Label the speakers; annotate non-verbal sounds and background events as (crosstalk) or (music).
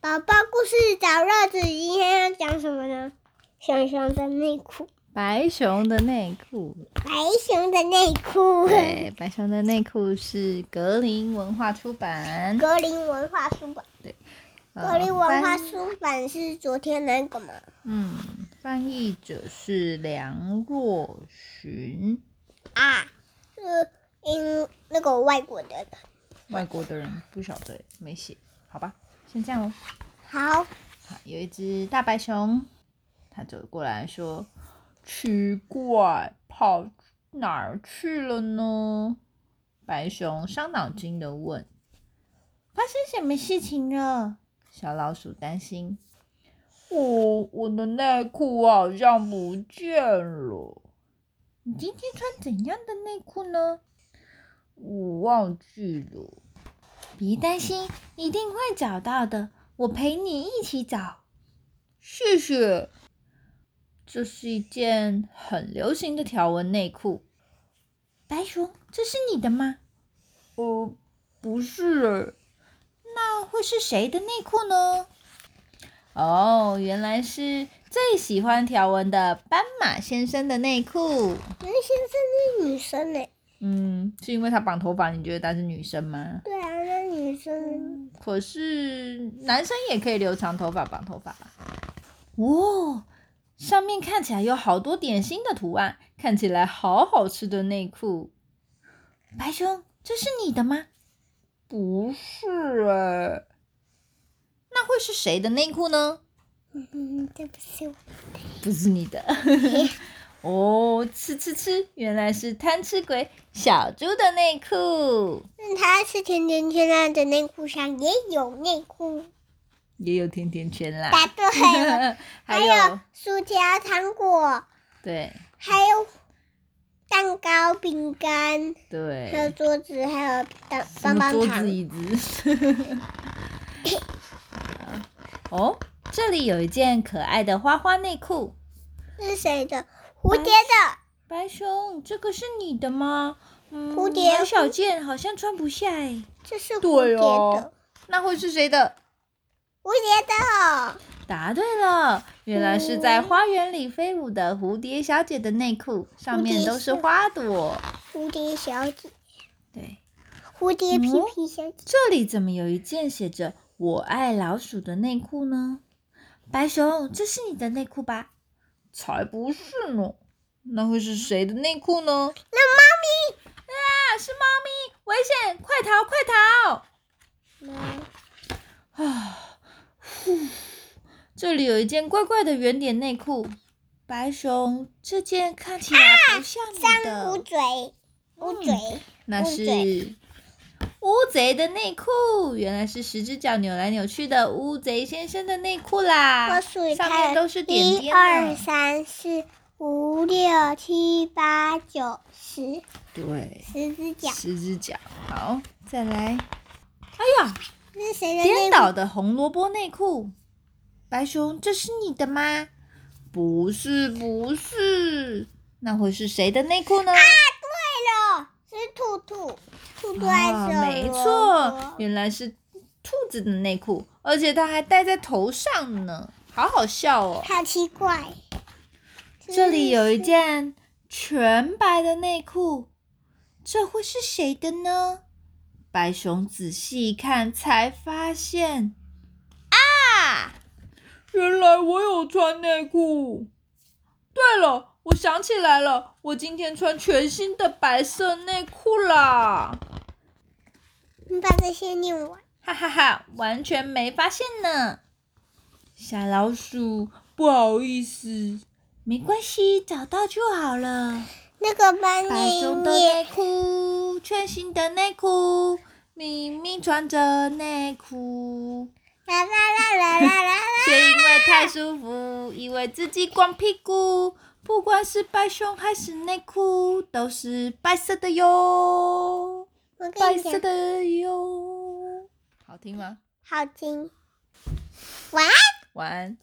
Speaker 1: 宝宝故事找乐子，今天要讲什么呢？熊熊的内裤，
Speaker 2: 白熊的内裤，
Speaker 1: 白熊的内裤，
Speaker 2: 对，白熊的内裤是格林文化出版，
Speaker 1: 格林文化书本，
Speaker 2: 呃
Speaker 1: 格林文化
Speaker 2: 翻
Speaker 1: 书本是昨天那个吗？
Speaker 2: 嗯，翻译者是梁若寻，
Speaker 1: 啊，是因那个外国的人。
Speaker 2: 外国的人不晓得没写，好吧，先这样咯。
Speaker 1: 好，
Speaker 2: 好，有一只大白熊，它走过来说：“奇怪，跑哪儿去了呢？”白熊伤脑筋的问：“发生什么事情了？”小老鼠担心：“哦，我的内裤好像不见了。你今天穿怎样的内裤呢？我忘记了。别担心，一定会找到的。我陪你一起找。谢谢。这是一件很流行的条纹内裤。白熊，这是你的吗？呃，不是。那会是谁的内裤呢？哦，原来是最喜欢条纹的斑马先生的内裤。
Speaker 1: 原先生是女生呢。
Speaker 2: 嗯，是因为他绑头发，你觉得她是女生吗？
Speaker 1: 对啊，那女生
Speaker 2: 可是男生也可以留长头发、绑头发吧？哦，上面看起来有好多点心的图案，看起来好好吃的内裤。白熊，这是你的吗？不是哎、那会是谁的内裤呢？
Speaker 1: 嗯，对不起，我
Speaker 2: 不是你的。哦，吃吃吃，原来是贪吃鬼小猪的内裤，
Speaker 1: 那他吃嗯甜甜圈啊的内裤上也有内裤，
Speaker 2: 也有甜甜圈啦。
Speaker 1: 答对了。
Speaker 2: (laughs) 还
Speaker 1: 有
Speaker 2: 有，
Speaker 1: 薯条、糖果，
Speaker 2: 对
Speaker 1: 还有蛋糕、饼干，
Speaker 2: 对，
Speaker 1: 还有桌子，还有蛋
Speaker 2: 什
Speaker 1: 棒
Speaker 2: 么
Speaker 1: 棒
Speaker 2: 桌
Speaker 1: 糖
Speaker 2: 子。椅子。 (laughs) 哦，这里有一件可爱的花花内裤。
Speaker 1: 这是谁
Speaker 2: 啊
Speaker 1: 的？蝴蝶的。
Speaker 2: 白熊，这个是你的吗？嗯
Speaker 1: 蝴蝶
Speaker 2: 很小件，好像穿不下哎。
Speaker 1: 这是蝴蝶
Speaker 2: 对
Speaker 1: 的
Speaker 2: 哦。那会是谁的？
Speaker 1: 蝴蝶的。哦
Speaker 2: 答对了，原来是在花园里飞舞的蝴蝶小姐的内裤，上面都是花朵。
Speaker 1: 蝴蝶小姐，
Speaker 2: 对，
Speaker 1: 蝴蝶皮
Speaker 2: 哦
Speaker 1: 皮小姐。
Speaker 2: 这里怎么有一件写着“我爱老鼠”的内裤呢？白熊，这是你的内裤吧？才不是呢！那会是谁的内裤呢？那妈咪啊，是猫咪！危险，快逃，快逃！
Speaker 1: 嗯
Speaker 2: 啊，呼，这里有一件怪怪的圆点内裤。白熊，这件看起来不像你的，
Speaker 1: 三捂嘴，捂嘴。
Speaker 2: 那
Speaker 1: 乌
Speaker 2: 是
Speaker 1: 贼
Speaker 2: 乌贼的内裤，原来是十只脚扭来扭去的乌贼先生的内裤啦。
Speaker 1: 我数一
Speaker 2: 嗯啊上
Speaker 1: 下
Speaker 2: 面都是点
Speaker 1: 一
Speaker 2: 点啊
Speaker 1: 二三四五六七八九十，
Speaker 2: 对，
Speaker 1: 十只脚。
Speaker 2: 十只脚。好，再来。哎呀，
Speaker 1: 这是谁的内
Speaker 2: 颠
Speaker 1: 裤？
Speaker 2: 倒的红萝卜内裤。白熊，这是你的吗？不是，不是。那会是谁的内裤呢？
Speaker 1: 了，哦是兔兔，兔兔还是、
Speaker 2: 啊，没错，，原来是兔子的内裤，而且它还戴在头上呢，好好笑哦。
Speaker 1: 好奇怪。
Speaker 2: 这里有一
Speaker 1: 是
Speaker 2: 件全白的内裤，这会是谁的呢？白熊仔细一看，才发现啊，原来我有穿内裤。对了，我想起来了，我今天穿全新的白色内裤啦！
Speaker 1: 你把这些念完。
Speaker 2: 哈哈哈，完全没发现呢。小老鼠，不好意思，没关系，找到就好了。
Speaker 1: 那个班
Speaker 2: 白
Speaker 1: 念
Speaker 2: 熊的
Speaker 1: 念，
Speaker 2: 内裤，全新的内裤，明明穿着内裤，
Speaker 1: 啦啦啦啦啦啦啦，
Speaker 2: 却因为太舒服，以为自己光屁股。不管是白熊还是内裤，都是白色的哟，
Speaker 1: 我跟
Speaker 2: 白
Speaker 1: 你
Speaker 2: 色
Speaker 1: 讲，
Speaker 2: 的哟。好听吗？
Speaker 1: 好听。晚安。
Speaker 2: 晚安。